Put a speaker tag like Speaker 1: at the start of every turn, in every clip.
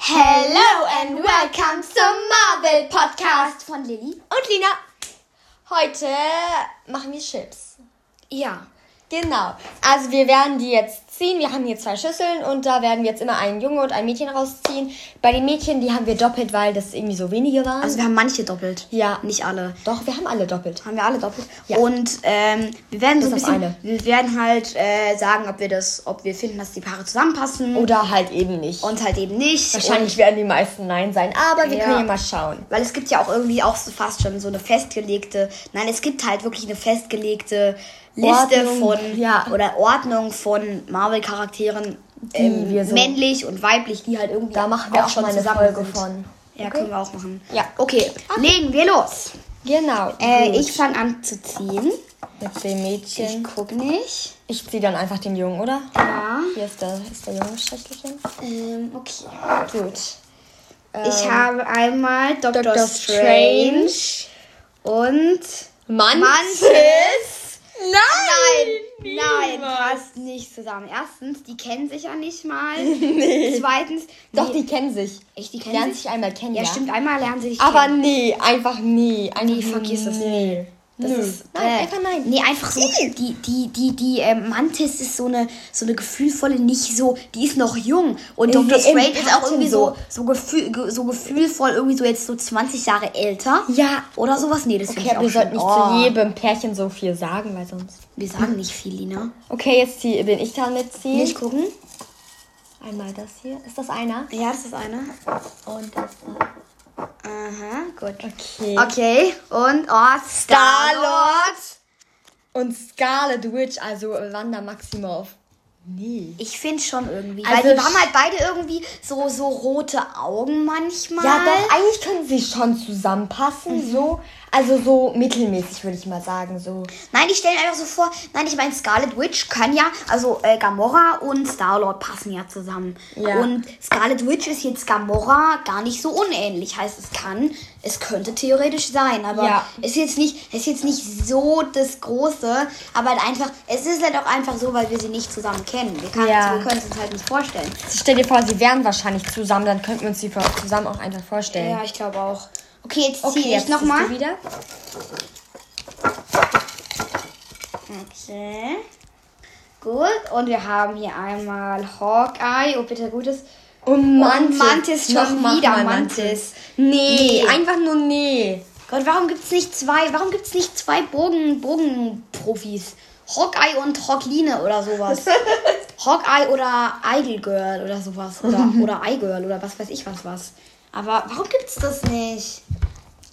Speaker 1: Hello and welcome zum Marvel Podcast von Lilly und Lina.
Speaker 2: Heute machen wir Chips.
Speaker 1: Ja.
Speaker 2: Genau. Also wir werden die jetzt ziehen. Wir haben hier zwei Schüsseln und da werden wir jetzt immer einen Junge und ein Mädchen rausziehen. Bei den Mädchen, die haben wir doppelt, weil das irgendwie so wenige waren.
Speaker 1: Also wir haben manche doppelt.
Speaker 2: ja,
Speaker 1: Nicht alle.
Speaker 2: doch, wir haben alle doppelt.
Speaker 1: Haben wir alle doppelt.
Speaker 2: Ja.
Speaker 1: Und ähm, wir werden so ein
Speaker 2: Bis
Speaker 1: bisschen,
Speaker 2: auf eine.
Speaker 1: wir werden halt äh, sagen, ob wir das, ob wir finden, dass die Paare zusammenpassen
Speaker 2: Oder halt eben nicht.
Speaker 1: und halt eben nicht.
Speaker 2: Wahrscheinlich werden die meisten Nein sein, aber wir
Speaker 1: Ja.
Speaker 2: können ja mal schauen.
Speaker 1: Und, weil es gibt ja auch irgendwie auch so fast schon so eine festgelegte, nein, es gibt halt wirklich eine festgelegte Liste
Speaker 2: Ordnung,
Speaker 1: von
Speaker 2: ja.
Speaker 1: oder Ordnung von Marvel Charakteren. Ähm,
Speaker 2: wir so-
Speaker 1: männlich und weiblich, die halt irgendwie
Speaker 2: Da machen wir auch, schon mal eine
Speaker 1: zusammen
Speaker 2: Folge
Speaker 1: sind.
Speaker 2: von.
Speaker 1: Ja, können wir auch machen.
Speaker 2: Ja.
Speaker 1: Okay, legen wir los.
Speaker 2: Genau.
Speaker 1: Äh,
Speaker 2: Gut.
Speaker 1: ich fange an zu ziehen.
Speaker 2: Mit dem
Speaker 1: Ich
Speaker 2: Mädchen.
Speaker 1: guck nicht.
Speaker 2: Ich ziehe dann einfach den Jungen, oder?
Speaker 1: Ja.
Speaker 2: Hier ist der, ist der Junge Schächtelchen.
Speaker 1: Ähm, okay.
Speaker 2: Gut.
Speaker 1: ich
Speaker 2: Ähm,
Speaker 1: habe einmal Dr.
Speaker 2: Dr.
Speaker 1: Strange und
Speaker 2: Mann.
Speaker 1: Mantis.
Speaker 2: Nein!
Speaker 1: Nein,
Speaker 2: niemals.
Speaker 1: passt nicht zusammen. Erstens, die kennen sich ja nicht mal. nee. Zweitens,
Speaker 2: Doch,
Speaker 1: nee,
Speaker 2: die kennen sich.
Speaker 1: echt, die kennen
Speaker 2: Lernen
Speaker 1: sich.
Speaker 2: sich einmal kennen.
Speaker 1: Ja, stimmt, einmal lernen sie sich
Speaker 2: Aber
Speaker 1: kennen.
Speaker 2: nee, einfach nee. Einfach nee,
Speaker 1: vergiss es.
Speaker 2: Nee.
Speaker 1: Das
Speaker 2: Nö.
Speaker 1: ist,
Speaker 2: nein,
Speaker 1: äh,
Speaker 2: einfach nein.
Speaker 1: Nee, einfach so. Die, die, die, die ähm, Mantis ist so eine, so eine gefühlvolle, nicht so, die ist noch jung. Und
Speaker 2: Irgendwie
Speaker 1: Dr. Strange ist auch
Speaker 2: Empathin
Speaker 1: irgendwie so, so, gefühl, ge, so gefühlvoll, irgendwie so jetzt so 20 Jahre älter.
Speaker 2: Ja.
Speaker 1: Oder sowas. Nee, das find
Speaker 2: Okay, aber wir
Speaker 1: ich auch
Speaker 2: sollten
Speaker 1: schon-
Speaker 2: nicht
Speaker 1: oh.
Speaker 2: zu jedem Pärchen so viel sagen, weil sonst.
Speaker 1: Wir sagen nicht viel, Lina.
Speaker 2: Okay, jetzt zieh, bin ich dran mitziehen.
Speaker 1: Nicht gucken.
Speaker 2: Einmal das hier. Ist das einer?
Speaker 1: Ja, das ist eine.
Speaker 2: Und das
Speaker 1: Aha, gut.
Speaker 2: Okay.
Speaker 1: Okay, und oh, Star-Lord.
Speaker 2: Und Scarlet Witch, also Wanda Maximoff. Nee.
Speaker 1: Ich finde schon irgendwie.
Speaker 2: Also
Speaker 1: weil die haben
Speaker 2: sch-
Speaker 1: halt beide irgendwie so, so rote Augen manchmal.
Speaker 2: Ja, doch, eigentlich können sie schon zusammenpassen, so. Also so mittelmäßig, würde ich mal sagen, so.
Speaker 1: Nein, ich stelle mir einfach so vor, nein, ich meine, Scarlet Witch kann ja, also äh, Gamora und Star-Lord passen ja zusammen.
Speaker 2: Ja.
Speaker 1: Und Scarlet Witch ist jetzt Gamora gar nicht so unähnlich. Heißt, es kann, es könnte theoretisch sein, aber
Speaker 2: Ja.
Speaker 1: ist jetzt nicht, ist jetzt nicht so das Große, aber halt einfach, es ist halt auch einfach so, weil wir sie nicht zusammen kennen. Wir, kann,
Speaker 2: Ja.
Speaker 1: wir können es uns halt nicht vorstellen.
Speaker 2: Also Stell dir vor, sie wären wahrscheinlich zusammen, dann könnten wir uns sie vor- zusammen auch einfach vorstellen.
Speaker 1: ich glaube auch. Okay, jetzt ziehe
Speaker 2: Okay,
Speaker 1: ich
Speaker 2: jetzt
Speaker 1: nochmal.
Speaker 2: bist du wieder.
Speaker 1: Okay. Gut, und wir haben hier einmal Hawkeye. Oh, bitte gutes.
Speaker 2: Und Mantis,
Speaker 1: Und Mantis schon
Speaker 2: Nochmal
Speaker 1: wieder
Speaker 2: Mantis.
Speaker 1: Mantis.
Speaker 2: Nee,
Speaker 1: Nee.
Speaker 2: einfach nur nee.
Speaker 1: Gott, warum gibt's nicht zwei? Warum gibt's nicht zwei Bogen Bogenprofis? Hawkeye und Hawkline oder sowas. Hawkeye oder Idol Girl oder sowas oder oder Girl oder was weiß ich was was. Aber warum gibt's das nicht?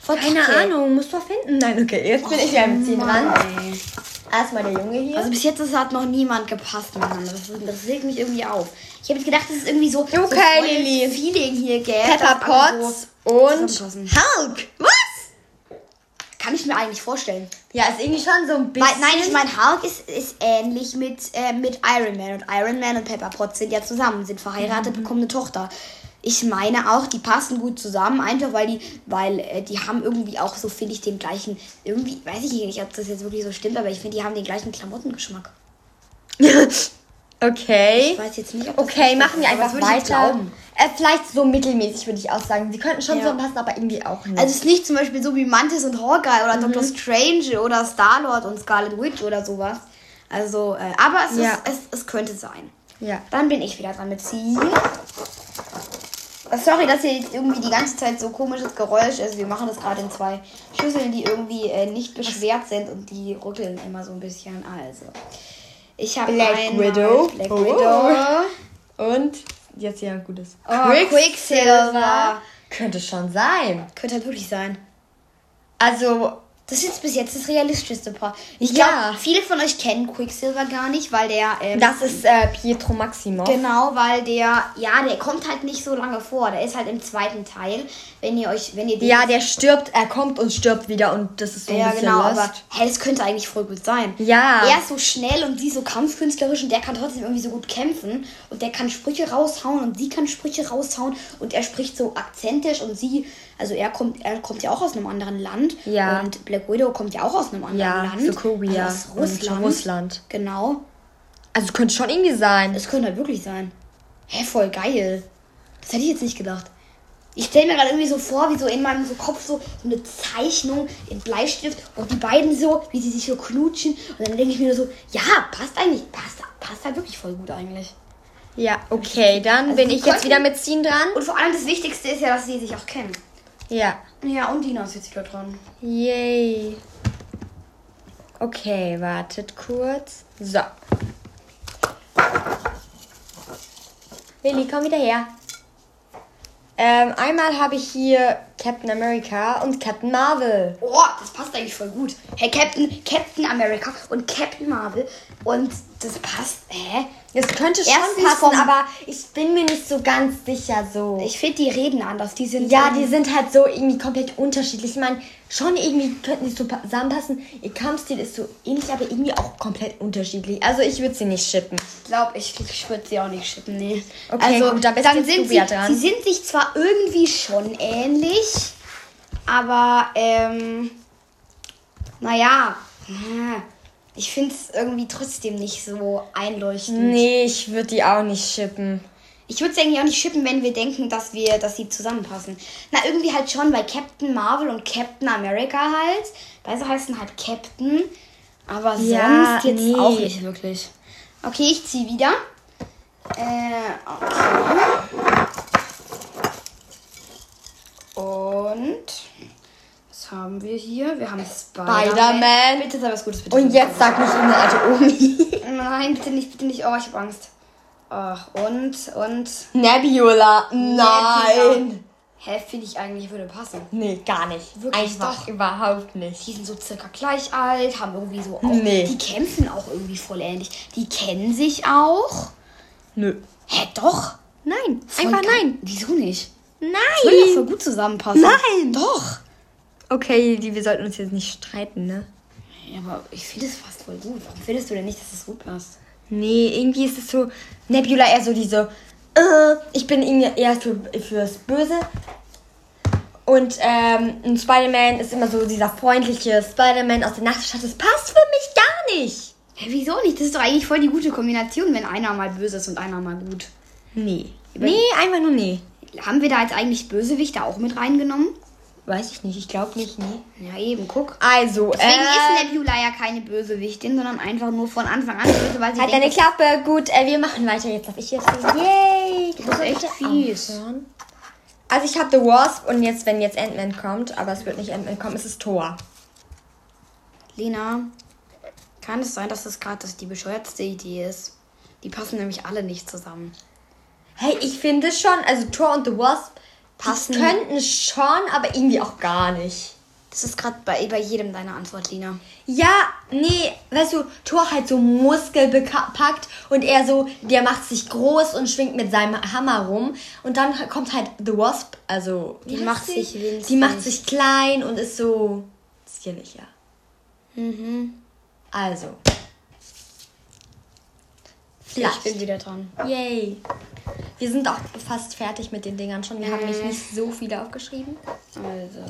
Speaker 1: Voll
Speaker 2: Keine
Speaker 1: kacke.
Speaker 2: Ahnung, musst du finden. Nein, okay, jetzt bin ich ja im Ziehen
Speaker 1: Mann,
Speaker 2: dran.
Speaker 1: ey.
Speaker 2: Oh Erstmal der Junge hier.
Speaker 1: Also bis jetzt ist, hat noch niemand gepasst miteinander. Das, das regt mich irgendwie auf. Ich habe jetzt gedacht, das ist irgendwie so, so
Speaker 2: Okay,
Speaker 1: voll
Speaker 2: Lilly.
Speaker 1: das Feeling hier, gell?
Speaker 2: Pepper
Speaker 1: dass alle
Speaker 2: Potts
Speaker 1: so
Speaker 2: und
Speaker 1: zusammenpassen.
Speaker 2: Hulk. Was?
Speaker 1: Kann ich mir eigentlich vorstellen.
Speaker 2: Ja, ist irgendwie schon so ein bisschen.
Speaker 1: Weil, nein, ich meine, Hulk ist, ist ähnlich mit, äh, mit Iron Man. Und Iron Man und Pepper Potts sind ja zusammen, sind
Speaker 2: Mhm.
Speaker 1: verheiratet, bekommen eine Tochter. Ich meine auch, die passen gut zusammen, einfach weil die, weil äh, die haben irgendwie auch so, finde ich, den gleichen, irgendwie, weiß ich nicht, ob das jetzt wirklich so stimmt, aber ich finde, die haben den gleichen Klamottengeschmack.
Speaker 2: okay.
Speaker 1: Ich weiß jetzt nicht, ob das
Speaker 2: Okay,
Speaker 1: so
Speaker 2: machen wir
Speaker 1: ist, aber
Speaker 2: einfach
Speaker 1: das würde ich jetzt
Speaker 2: weiter.
Speaker 1: glauben.
Speaker 2: Äh, vielleicht so mittelmäßig würde ich auch sagen. Sie könnten schon
Speaker 1: Ja.
Speaker 2: zusammenpassen, aber irgendwie auch nicht.
Speaker 1: Also es ist nicht zum Beispiel so wie Mantis und Hawkeye
Speaker 2: Mhm.
Speaker 1: oder Doctor Strange oder Star-Lord und Scarlet Witch oder sowas. Also, äh, aber es,
Speaker 2: Ja.
Speaker 1: ist, es, es könnte sein.
Speaker 2: ja.
Speaker 1: Dann bin ich wieder dran mit Sie. Äh, Sorry, dass hier jetzt irgendwie die ganze Zeit so komisches Geräusch ist. Wir machen das gerade in zwei Schüsseln, die irgendwie äh, nicht beschwert sind und die rütteln immer so ein bisschen. Also, ich habe
Speaker 2: Black
Speaker 1: einmal
Speaker 2: Widow.
Speaker 1: Black
Speaker 2: Oh.
Speaker 1: Widow.
Speaker 2: Und jetzt ja ein gutes.
Speaker 1: Oh, Quicksilver.
Speaker 2: Könnte schon sein.
Speaker 1: Könnte halt wirklich sein.
Speaker 2: Also,
Speaker 1: Das ist jetzt bis jetzt das realistischste Paar. Ich glaube,
Speaker 2: Ja.
Speaker 1: viele von euch kennen Quicksilver gar nicht, weil der. Ähm,
Speaker 2: das ist äh, Pietro Maximoff.
Speaker 1: Genau, weil der. Ja, der kommt halt nicht so lange vor. Der ist halt im zweiten Teil. Wenn ihr euch. Wenn ihr den
Speaker 2: Ja, der stirbt, er kommt und stirbt wieder und das ist so ein
Speaker 1: Ja,
Speaker 2: bisschen
Speaker 1: genau,
Speaker 2: lost.
Speaker 1: aber. Hä, das könnte eigentlich voll gut sein.
Speaker 2: Ja.
Speaker 1: Er ist so schnell und sie so kampfkünstlerisch und der kann trotzdem irgendwie so gut kämpfen. Und der kann Sprüche raushauen und sie kann Sprüche raushauen. Und er spricht so akzentisch und sie. Also er kommt, er kommt ja auch aus einem anderen Land.
Speaker 2: Ja.
Speaker 1: Und Black Widow kommt ja auch aus einem anderen
Speaker 2: ja,
Speaker 1: Land.
Speaker 2: für Korea
Speaker 1: Also aus
Speaker 2: und
Speaker 1: Russland.
Speaker 2: Russland.
Speaker 1: Genau.
Speaker 2: Also könnte schon irgendwie sein.
Speaker 1: Es könnte halt wirklich sein. Hä, voll geil. Das hätte ich jetzt nicht gedacht. Ich stelle mir gerade irgendwie so vor, wie so in meinem so Kopf so, so eine Zeichnung in Bleistift und die beiden so, wie sie sich so knutschen. Und dann denke ich mir nur so, ja, passt eigentlich, passt, passt halt wirklich voll gut eigentlich.
Speaker 2: Ja, okay, dann
Speaker 1: Also
Speaker 2: bin
Speaker 1: die
Speaker 2: ich jetzt
Speaker 1: konnten-
Speaker 2: wieder mit Ziehen dran.
Speaker 1: Und vor allem das Wichtigste ist ja, dass sie sich auch kennen.
Speaker 2: Ja.
Speaker 1: Ja, und Dina ist jetzt wieder dran.
Speaker 2: Yay. Okay, wartet kurz. So. Lilly, komm wieder her. Ähm, einmal habe ich hier Captain America und Captain Marvel.
Speaker 1: Oh, das passt eigentlich voll gut. Hey, Captain, Captain America und Captain Marvel. Und das passt. Hä?
Speaker 2: Das könnte schon
Speaker 1: Erstens
Speaker 2: passen,
Speaker 1: vom-
Speaker 2: aber ich bin mir nicht so ganz sicher so.
Speaker 1: Ich finde, die reden anders. Die sind.
Speaker 2: Ja, die sind halt so irgendwie komplett unterschiedlich. Ich meine, schon irgendwie könnten die so pa- zusammenpassen. Ihr Kampfstil ist so ähnlich, aber irgendwie auch komplett unterschiedlich. Also ich würde sie nicht shippen.
Speaker 1: Ich glaube, ich, ich würde sie auch nicht schippen. Nee. Also,
Speaker 2: Okay, gut, da bist jetzt du
Speaker 1: sind sie,
Speaker 2: wieder dran.
Speaker 1: sie sind sich zwar irgendwie schon ähnlich, aber ähm, naja, hm, ich finde es irgendwie trotzdem nicht so einleuchtend.
Speaker 2: Nee, ich würde die auch nicht shippen.
Speaker 1: Ich würde es eigentlich auch nicht schippen, wenn wir denken, dass wir, dass sie zusammenpassen. Na, irgendwie halt schon, weil Captain Marvel und Captain America halt, beide heißen halt Captain, aber
Speaker 2: Ja,
Speaker 1: sonst jetzt
Speaker 2: nee.
Speaker 1: auch nicht wirklich. Okay, ich ziehe wieder. Äh, okay. Und was haben wir hier? Wir haben Spider-Man.
Speaker 2: Spider-Man.
Speaker 1: Bitte sei was Gutes, bitte.
Speaker 2: Und jetzt sag nicht immer also, oh, alte Omi.
Speaker 1: Nein, bitte nicht, bitte nicht. Oh, ich habe Angst. Ach, und, und.
Speaker 2: Nebula. Nein.
Speaker 1: Hä, finde ich eigentlich würde passen.
Speaker 2: Nee, gar nicht.
Speaker 1: Wirklich
Speaker 2: Einfach
Speaker 1: doch.
Speaker 2: überhaupt nicht.
Speaker 1: Die sind so circa gleich alt, haben irgendwie so auch.
Speaker 2: Nee.
Speaker 1: Die kämpfen auch irgendwie voll ähnlich. Die kennen sich auch.
Speaker 2: Nö.
Speaker 1: Hä, doch.
Speaker 2: Nein,
Speaker 1: Voll
Speaker 2: einfach
Speaker 1: ge-
Speaker 2: nein.
Speaker 1: Wieso nicht? Würde ja voll
Speaker 2: Nein.
Speaker 1: gut zusammenpassen.
Speaker 2: Nein.
Speaker 1: Doch.
Speaker 2: Okay, die, wir sollten uns jetzt nicht streiten, ne?
Speaker 1: Ja, aber ich finde es fast voll gut. Warum findest du denn nicht, dass es gut passt?
Speaker 2: Nee, irgendwie ist es so. Nebula eher so diese. Äh, ich bin irgendwie eher für, fürs Böse. Und ähm, und Spider-Man ist immer so dieser freundliche Spider-Man aus der Nachtstadt. Das passt für mich gar nicht.
Speaker 1: Hä, wieso nicht? Das ist doch eigentlich voll die gute Kombination, wenn einer mal böse ist und einer mal gut.
Speaker 2: Nee. Nee, einfach nur nee.
Speaker 1: Haben wir da jetzt eigentlich Bösewichte auch mit reingenommen?
Speaker 2: Weiß ich nicht, ich glaube nicht, nee.
Speaker 1: Ja, eben, guck.
Speaker 2: Also,
Speaker 1: Deswegen
Speaker 2: äh,
Speaker 1: ist Nebula ja keine Bösewichtin, sondern einfach nur von Anfang an böse, weil sie
Speaker 2: halt deine
Speaker 1: denkt,
Speaker 2: Klappe. Gut, äh, wir machen weiter jetzt. Darf ich jetzt? Yay! Du
Speaker 1: bist echt fies.
Speaker 2: Also ich habe The Wasp und jetzt, wenn jetzt Ant-Man kommt, aber es wird nicht Ant-Man kommen, es ist Thor.
Speaker 1: Lena, kann es sein, dass das gerade das- die bescheuertste Idee ist? Die passen nämlich alle nicht zusammen.
Speaker 2: Hey, ich finde schon, also Thor und The Wasp passen.
Speaker 1: Passen.
Speaker 2: Die könnten schon, aber irgendwie auch gar nicht.
Speaker 1: Das ist gerade bei, bei jedem deine Antwort, Lena.
Speaker 2: Ja, nee, weißt du, Thor halt so muskelbepackt und er so, der macht sich groß und schwingt mit seinem Hammer rum. Und dann kommt halt The Wasp, also. wie
Speaker 1: Die
Speaker 2: heißt
Speaker 1: macht
Speaker 2: sie?
Speaker 1: sich winzig.
Speaker 2: Die macht sich klein und ist so. zierlicher. Mhm.
Speaker 1: Mhm.
Speaker 2: Also.
Speaker 1: Ich
Speaker 2: Vielleicht.
Speaker 1: bin wieder dran.
Speaker 2: Yay. Wir sind auch fast fertig mit den Dingern schon. Wir haben nämlich nicht so viele aufgeschrieben.
Speaker 1: Also.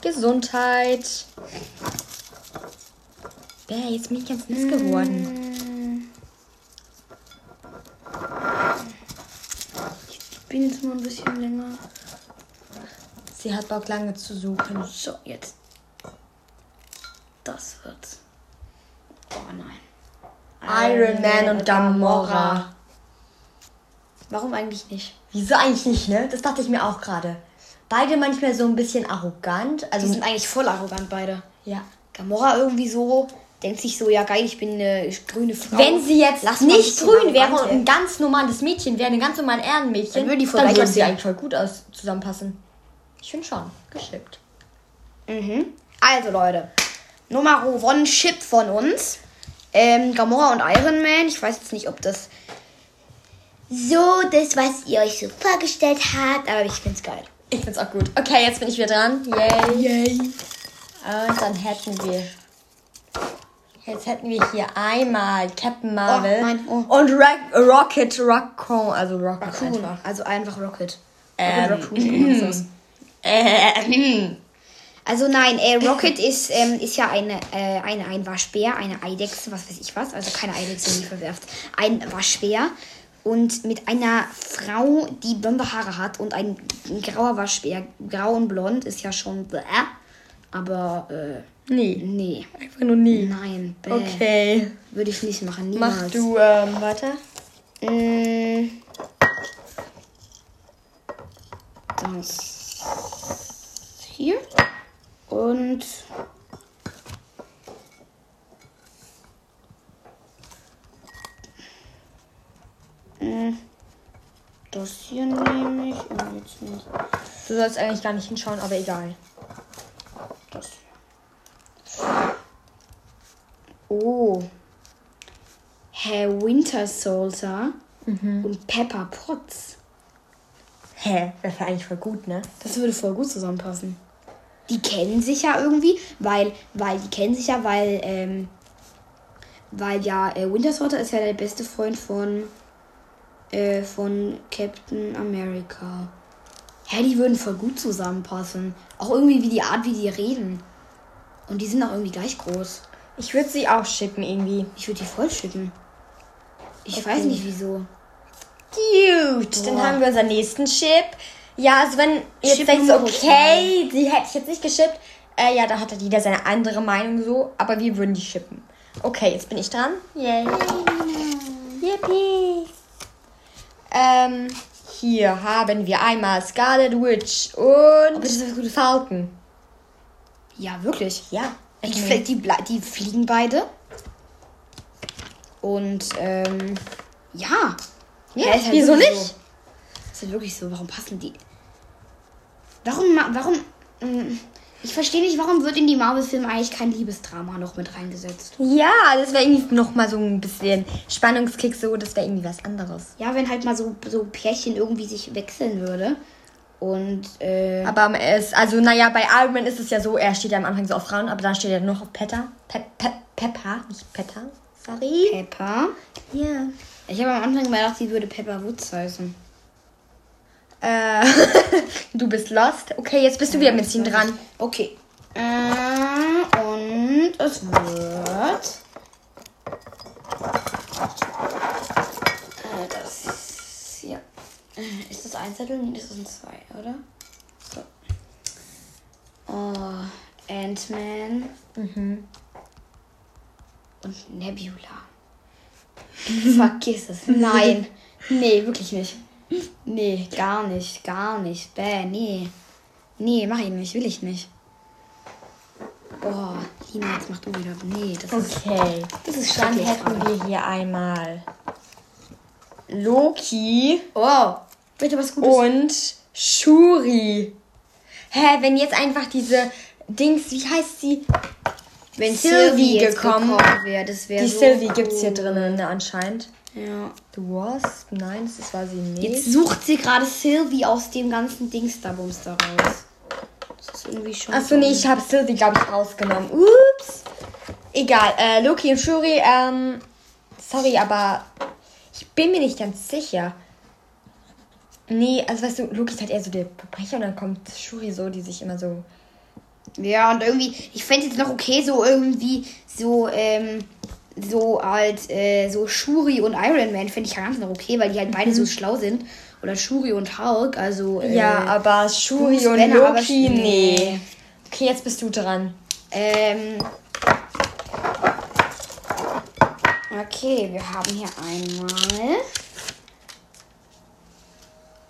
Speaker 2: Gesundheit. Bäh, jetzt bin ich ganz nass geworden.
Speaker 1: Ich bin jetzt mal ein bisschen länger.
Speaker 2: Sie hat Bock, lange zu suchen.
Speaker 1: So, jetzt. Das wird's. Oh nein.
Speaker 2: Iron Man und Gamora.
Speaker 1: Warum eigentlich nicht?
Speaker 2: Wieso eigentlich nicht, ne? Das dachte ich mir auch gerade. Beide manchmal so ein bisschen arrogant.
Speaker 1: Die
Speaker 2: Also,
Speaker 1: sind eigentlich voll arrogant beide.
Speaker 2: ja.
Speaker 1: Gamora irgendwie so denkt sich so, ja geil, ich bin eine grüne Frau.
Speaker 2: Wenn sie jetzt
Speaker 1: Lass mal
Speaker 2: nicht
Speaker 1: ein bisschen
Speaker 2: grün wäre und
Speaker 1: arrogant
Speaker 2: ein ganz normales Mädchen wäre, ein ganz normales Ehrenmädchen,
Speaker 1: Dann würde die voll
Speaker 2: dann
Speaker 1: gleich
Speaker 2: würden sie
Speaker 1: aussehen.
Speaker 2: eigentlich voll gut aus zusammenpassen. Ich finde schon. Geschickt.
Speaker 1: Mhm. Also Leute, Nummer One Chip von uns. Ähm, Gamora und Iron Man. Ich weiß jetzt nicht, ob das so das, was ihr euch so vorgestellt habt, aber ich find's geil.
Speaker 2: Ich find's auch gut. Okay, jetzt bin ich wieder dran. Yay.
Speaker 1: Yay.
Speaker 2: Und dann hätten wir. Jetzt hätten wir hier einmal Captain
Speaker 1: Oh,
Speaker 2: Marvel
Speaker 1: nein, oh.
Speaker 2: und Ra- Rocket Raccoon, also Rocket
Speaker 1: Cool.
Speaker 2: einfach.
Speaker 1: Also einfach Rocket.
Speaker 2: Ähm,
Speaker 1: Rocket Raccoon, so heißt das.
Speaker 2: Äh,
Speaker 1: Also nein, äh, Rocket ist, ähm, ist ja eine, äh, eine, ein Waschbär, eine Eidechse, was weiß ich was. Also keine Eidechse, die verwerft. Ein Waschbär. Und mit einer Frau, die blonde Haare hat und ein, ein grauer Waschbär. Grau und blond ist ja schon. Bäh, aber äh,
Speaker 2: Nie.
Speaker 1: nee.
Speaker 2: Einfach nur nie.
Speaker 1: Nein, bäh.
Speaker 2: Okay.
Speaker 1: Würde ich nicht machen. Niemals.
Speaker 2: Mach du ähm, weiter.
Speaker 1: Mm. Das hier und Mm. das hier nehme ich und jetzt nicht
Speaker 2: Du sollst eigentlich gar nicht hinschauen, aber egal.
Speaker 1: das. Oh. Herr Winter Soldier und Pepper Potts.
Speaker 2: Hä? Das wäre eigentlich voll gut, ne?
Speaker 1: Das würde voll gut zusammenpassen. Die kennen sich ja irgendwie, weil, weil die kennen sich ja, weil, ähm, weil ja, äh, Winter Soldier ist ja der beste Freund von, äh, von Captain America. Ja, die würden voll gut zusammenpassen. Auch irgendwie wie die Art, wie die reden. Und die sind auch irgendwie gleich groß.
Speaker 2: Ich würde sie auch schippen irgendwie.
Speaker 1: Ich würde die voll schicken. Ich weiß nicht wieso.
Speaker 2: Cute. Dann
Speaker 1: Boah.
Speaker 2: haben wir unseren nächsten Chip. Ja, also wenn ihr jetzt
Speaker 1: Chip
Speaker 2: denkt, so,
Speaker 1: Nummer
Speaker 2: okay, die hätte ich jetzt nicht geschippt. Äh, ja, da hat halt jeder seine andere Meinung so, aber wir würden die schippen. Okay, jetzt bin ich dran. Yay. Yippie. Ähm, hier haben wir einmal Scarlet Witch und
Speaker 1: Oh, das ist eine gute
Speaker 2: Falcon.
Speaker 1: Ja, wirklich.
Speaker 2: Ja.
Speaker 1: Die,
Speaker 2: Ich
Speaker 1: flie- die, ble- die fliegen beide. Und, ähm, ja. halt
Speaker 2: Ja, wieso
Speaker 1: wirklich
Speaker 2: nicht?
Speaker 1: So. Ist halt wirklich so, warum passen die? Warum, ma- warum, ähm, ich verstehe nicht, warum wird in die Marvel-Filme eigentlich kein Liebesdrama noch mit reingesetzt?
Speaker 2: ja, das wäre irgendwie nochmal so ein bisschen Spannungskick so, das wäre irgendwie was anderes.
Speaker 1: Ja, wenn halt mal so, so Pärchen irgendwie sich wechseln würde. Und, äh,
Speaker 2: Aber es also naja, bei Iron Man ist es ja so, er steht ja am Anfang so auf Frauen, aber dann steht er noch auf Petta. Pe Pe Peppa, nicht Petta. Sorry.
Speaker 1: Pepper.
Speaker 2: Ja.
Speaker 1: Ich habe am Anfang gedacht, sie würde Pepper Woods heißen.
Speaker 2: Äh, du bist lost. Okay, jetzt bist du wieder mit ihm dran.
Speaker 1: Okay. Ähm, und es wird. Äh, das. Ja. Äh, Ist das ein Zettel? Nee, das sind zwei, oder? So. Oh, Ant-Man. Und Nebula. Vergiss es. Nein. Nee, wirklich nicht. Nee, gar nicht, gar nicht. Bäh, nee. Nee, mach ich nicht, will ich nicht. Boah, Lina, jetzt mach du wieder. Nee, das ist.
Speaker 2: Okay.
Speaker 1: Das ist
Speaker 2: Dann
Speaker 1: schrecklich
Speaker 2: hätten
Speaker 1: gerade.
Speaker 2: wir hier einmal Loki
Speaker 1: Oh, bitte was Gutes.
Speaker 2: und Shuri. Hä, wenn jetzt einfach diese Dings, wie heißt sie?
Speaker 1: Wenn
Speaker 2: Sylvie
Speaker 1: jetzt
Speaker 2: gekommen-
Speaker 1: wäre, das wäre
Speaker 2: Die
Speaker 1: so
Speaker 2: Sylvie
Speaker 1: cool.
Speaker 2: gibt's hier drinnen ne, anscheinend.
Speaker 1: Ja.
Speaker 2: The Wasp? Nein, das war sie nicht.
Speaker 1: Jetzt sucht sie gerade Sylvie aus dem ganzen Dingsdabums da raus. Das ist irgendwie schon.
Speaker 2: Achso, nee, ich habe Sylvie, glaube ich, rausgenommen. Ups. Egal, äh, Loki und Shuri, ähm, sorry, aber ich bin mir nicht ganz sicher. Nee, also weißt du, Loki ist halt eher so der Verbrecher und dann kommt Shuri so, die sich immer so...
Speaker 1: Ja, und irgendwie, ich fände jetzt noch okay, so irgendwie, so, ähm, so als, äh, so Shuri und Iron Man fände ich ja ganz noch okay, weil die halt beide so schlau sind. Oder Shuri und Hulk, also, äh,
Speaker 2: ja, aber Shuri
Speaker 1: Bruce
Speaker 2: und
Speaker 1: Banner, aber
Speaker 2: Loki,
Speaker 1: Sh-
Speaker 2: nee.
Speaker 1: nee.
Speaker 2: Okay, jetzt bist du dran.
Speaker 1: ähm, okay, wir haben hier einmal,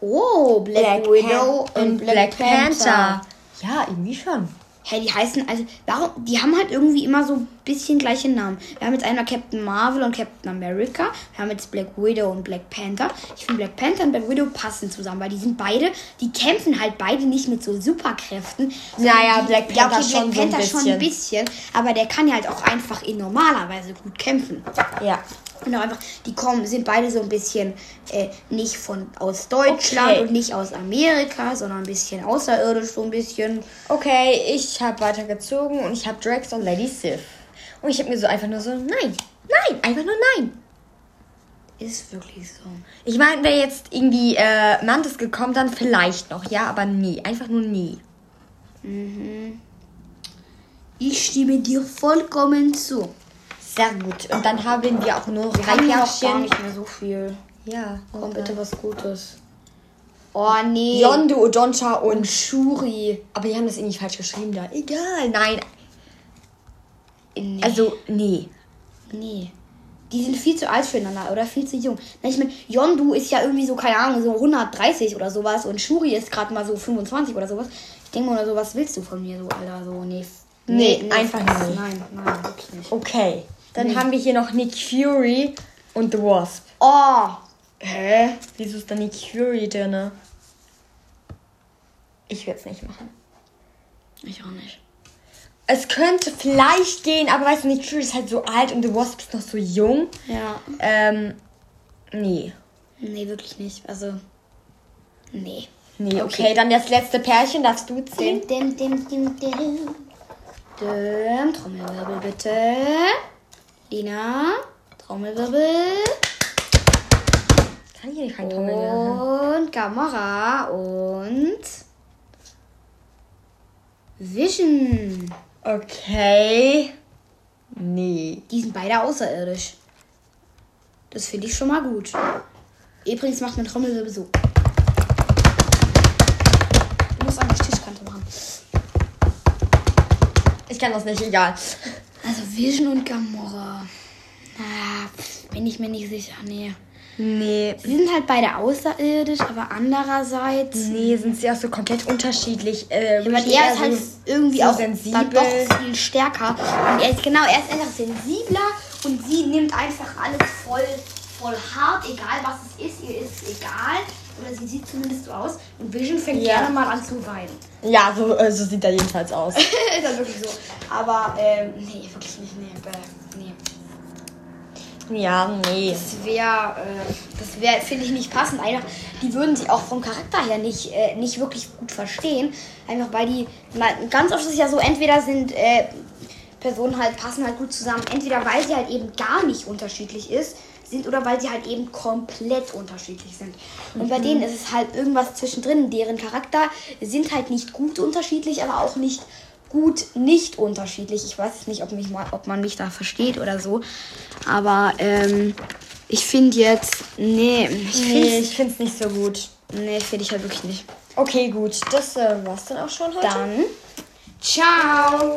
Speaker 1: oh, Black, Widow
Speaker 2: Pan-
Speaker 1: und Black, Panther.
Speaker 2: Ja, irgendwie schon.
Speaker 1: Hey, die heißen, also, warum, die haben halt irgendwie immer so ein bisschen gleiche Namen. Wir haben jetzt einmal Captain Marvel und Captain America. Wir haben jetzt Black Widow und Black Panther. Ich finde, Black Panther und Black Widow passen zusammen, weil die sind beide, die kämpfen halt beide nicht mit so Superkräften. sondern
Speaker 2: Naja,
Speaker 1: die,
Speaker 2: Black
Speaker 1: ja,
Speaker 2: Panther
Speaker 1: okay,
Speaker 2: schon
Speaker 1: Black
Speaker 2: so ein
Speaker 1: Panther schon ein bisschen. Aber der kann ja halt auch einfach in normalerweise gut kämpfen.
Speaker 2: Ja.
Speaker 1: Und auch einfach, die kommen, sind beide so ein bisschen äh, nicht von aus Deutschland
Speaker 2: Okay.
Speaker 1: und nicht aus Amerika, sondern ein bisschen außerirdisch, so ein bisschen.
Speaker 2: Okay, ich habe weitergezogen und ich habe Drax und Lady Sif. Und ich habe mir so einfach nur so, nein, nein, einfach nur nein.
Speaker 1: Ist wirklich so.
Speaker 2: Ich meine, wäre jetzt irgendwie äh, Mantis gekommen, dann vielleicht noch, ja, aber nie. Einfach nur nie.
Speaker 1: Ich stimme dir vollkommen zu.
Speaker 2: Sehr gut. Und dann haben wir auch nur
Speaker 1: Wir haben ja auch gar
Speaker 2: Pärchen.
Speaker 1: nicht Oh mehr so viel.
Speaker 2: Ja. äh,
Speaker 1: Komm, bitte was Gutes. Oh, nee.
Speaker 2: Yondu, Odoncha und
Speaker 1: Shuri.
Speaker 2: Aber die haben das irgendwie falsch geschrieben da. Egal, nein.
Speaker 1: Nee.
Speaker 2: Also, nee.
Speaker 1: Nee. Die sind viel zu alt füreinander oder viel zu jung. Na, Ich meine, Yondu ist ja irgendwie so, keine Ahnung, so 130 oder sowas und Shuri ist gerade mal so 25 oder sowas. Ich denke mal, so was willst du von mir so, Alter? So, nee. f-
Speaker 2: Nee, einfach
Speaker 1: f-
Speaker 2: nicht.
Speaker 1: Nein, nein, wirklich nicht.
Speaker 2: Okay. Dann haben wir hier noch Nick Fury und The Wasp.
Speaker 1: Oh! Hä?
Speaker 2: Wieso ist da Nick Fury drin? Ich werde es nicht machen.
Speaker 1: Ich auch nicht.
Speaker 2: Es könnte vielleicht gehen, aber weißt du, Nick Fury ist halt so alt und The Wasp ist noch so jung.
Speaker 1: Ja.
Speaker 2: Ähm, nee.
Speaker 1: Nee, wirklich nicht. Also. Nee.
Speaker 2: Nee, okay. Dann das letzte Pärchen darfst du ziehen.
Speaker 1: Dim, dim, dim, dim, dim. Dim, Trommelwirbel bitte. Lina, Trommelwirbel.
Speaker 2: Kann ich hier kein
Speaker 1: Oh.
Speaker 2: Trommelwirbel?
Speaker 1: Und Kamera und Vision.
Speaker 2: Okay. Nee.
Speaker 1: Die sind beide außerirdisch. Das finde ich schon mal gut. Übrigens macht man Trommelwirbel so. Du musst an der Tischkante machen.
Speaker 2: Ich kann das nicht, egal.
Speaker 1: Also Vision und Gamora. Ah, pf, bin ich mir nicht sicher. Nee.
Speaker 2: Nee.
Speaker 1: Sie sind halt beide außerirdisch, aber andererseits.
Speaker 2: Nee, sind sie auch so komplett unterschiedlich. Äh,
Speaker 1: Aber
Speaker 2: Ricky
Speaker 1: der
Speaker 2: eher
Speaker 1: ist halt
Speaker 2: so-
Speaker 1: irgendwie
Speaker 2: so
Speaker 1: auch
Speaker 2: sensibel.
Speaker 1: dann doch viel stärker. Und er ist genau, er ist einfach sensibler und sie nimmt einfach alles voll, voll hart, egal was es ist, ihr ist egal. Oder sie sieht zumindest so aus. Und Vision fängt
Speaker 2: Ja.
Speaker 1: gerne mal an zu weinen.
Speaker 2: Ja, so, äh, so sieht er jedenfalls aus.
Speaker 1: ist halt wirklich so. Aber ähm, nee, wirklich nicht. Nee, bäh, nee.
Speaker 2: ja, nee.
Speaker 1: Das wäre, äh, das wäre, finde ich, nicht passend. Einfach, die würden sich auch vom Charakter her nicht, äh, nicht wirklich gut verstehen. Einfach weil die, mal, ganz oft ist es ja so, entweder sind äh, Personen halt, passen halt gut zusammen, entweder weil sie halt eben gar nicht unterschiedlich ist, sind oder weil sie halt eben komplett unterschiedlich sind. Und bei denen ist es halt irgendwas zwischendrin. Deren Charakter sind halt nicht gut unterschiedlich, aber auch nicht gut nicht unterschiedlich. Ich weiß jetzt nicht, ob, mich mal, ob man mich da versteht oder so. Aber ähm, ich finde jetzt. Nee, ich
Speaker 2: Nee,
Speaker 1: finde
Speaker 2: ich find's nicht so gut.
Speaker 1: Nee, finde ich halt wirklich nicht.
Speaker 2: Okay, gut. Das äh, war's dann auch schon heute.
Speaker 1: Dann. Ciao!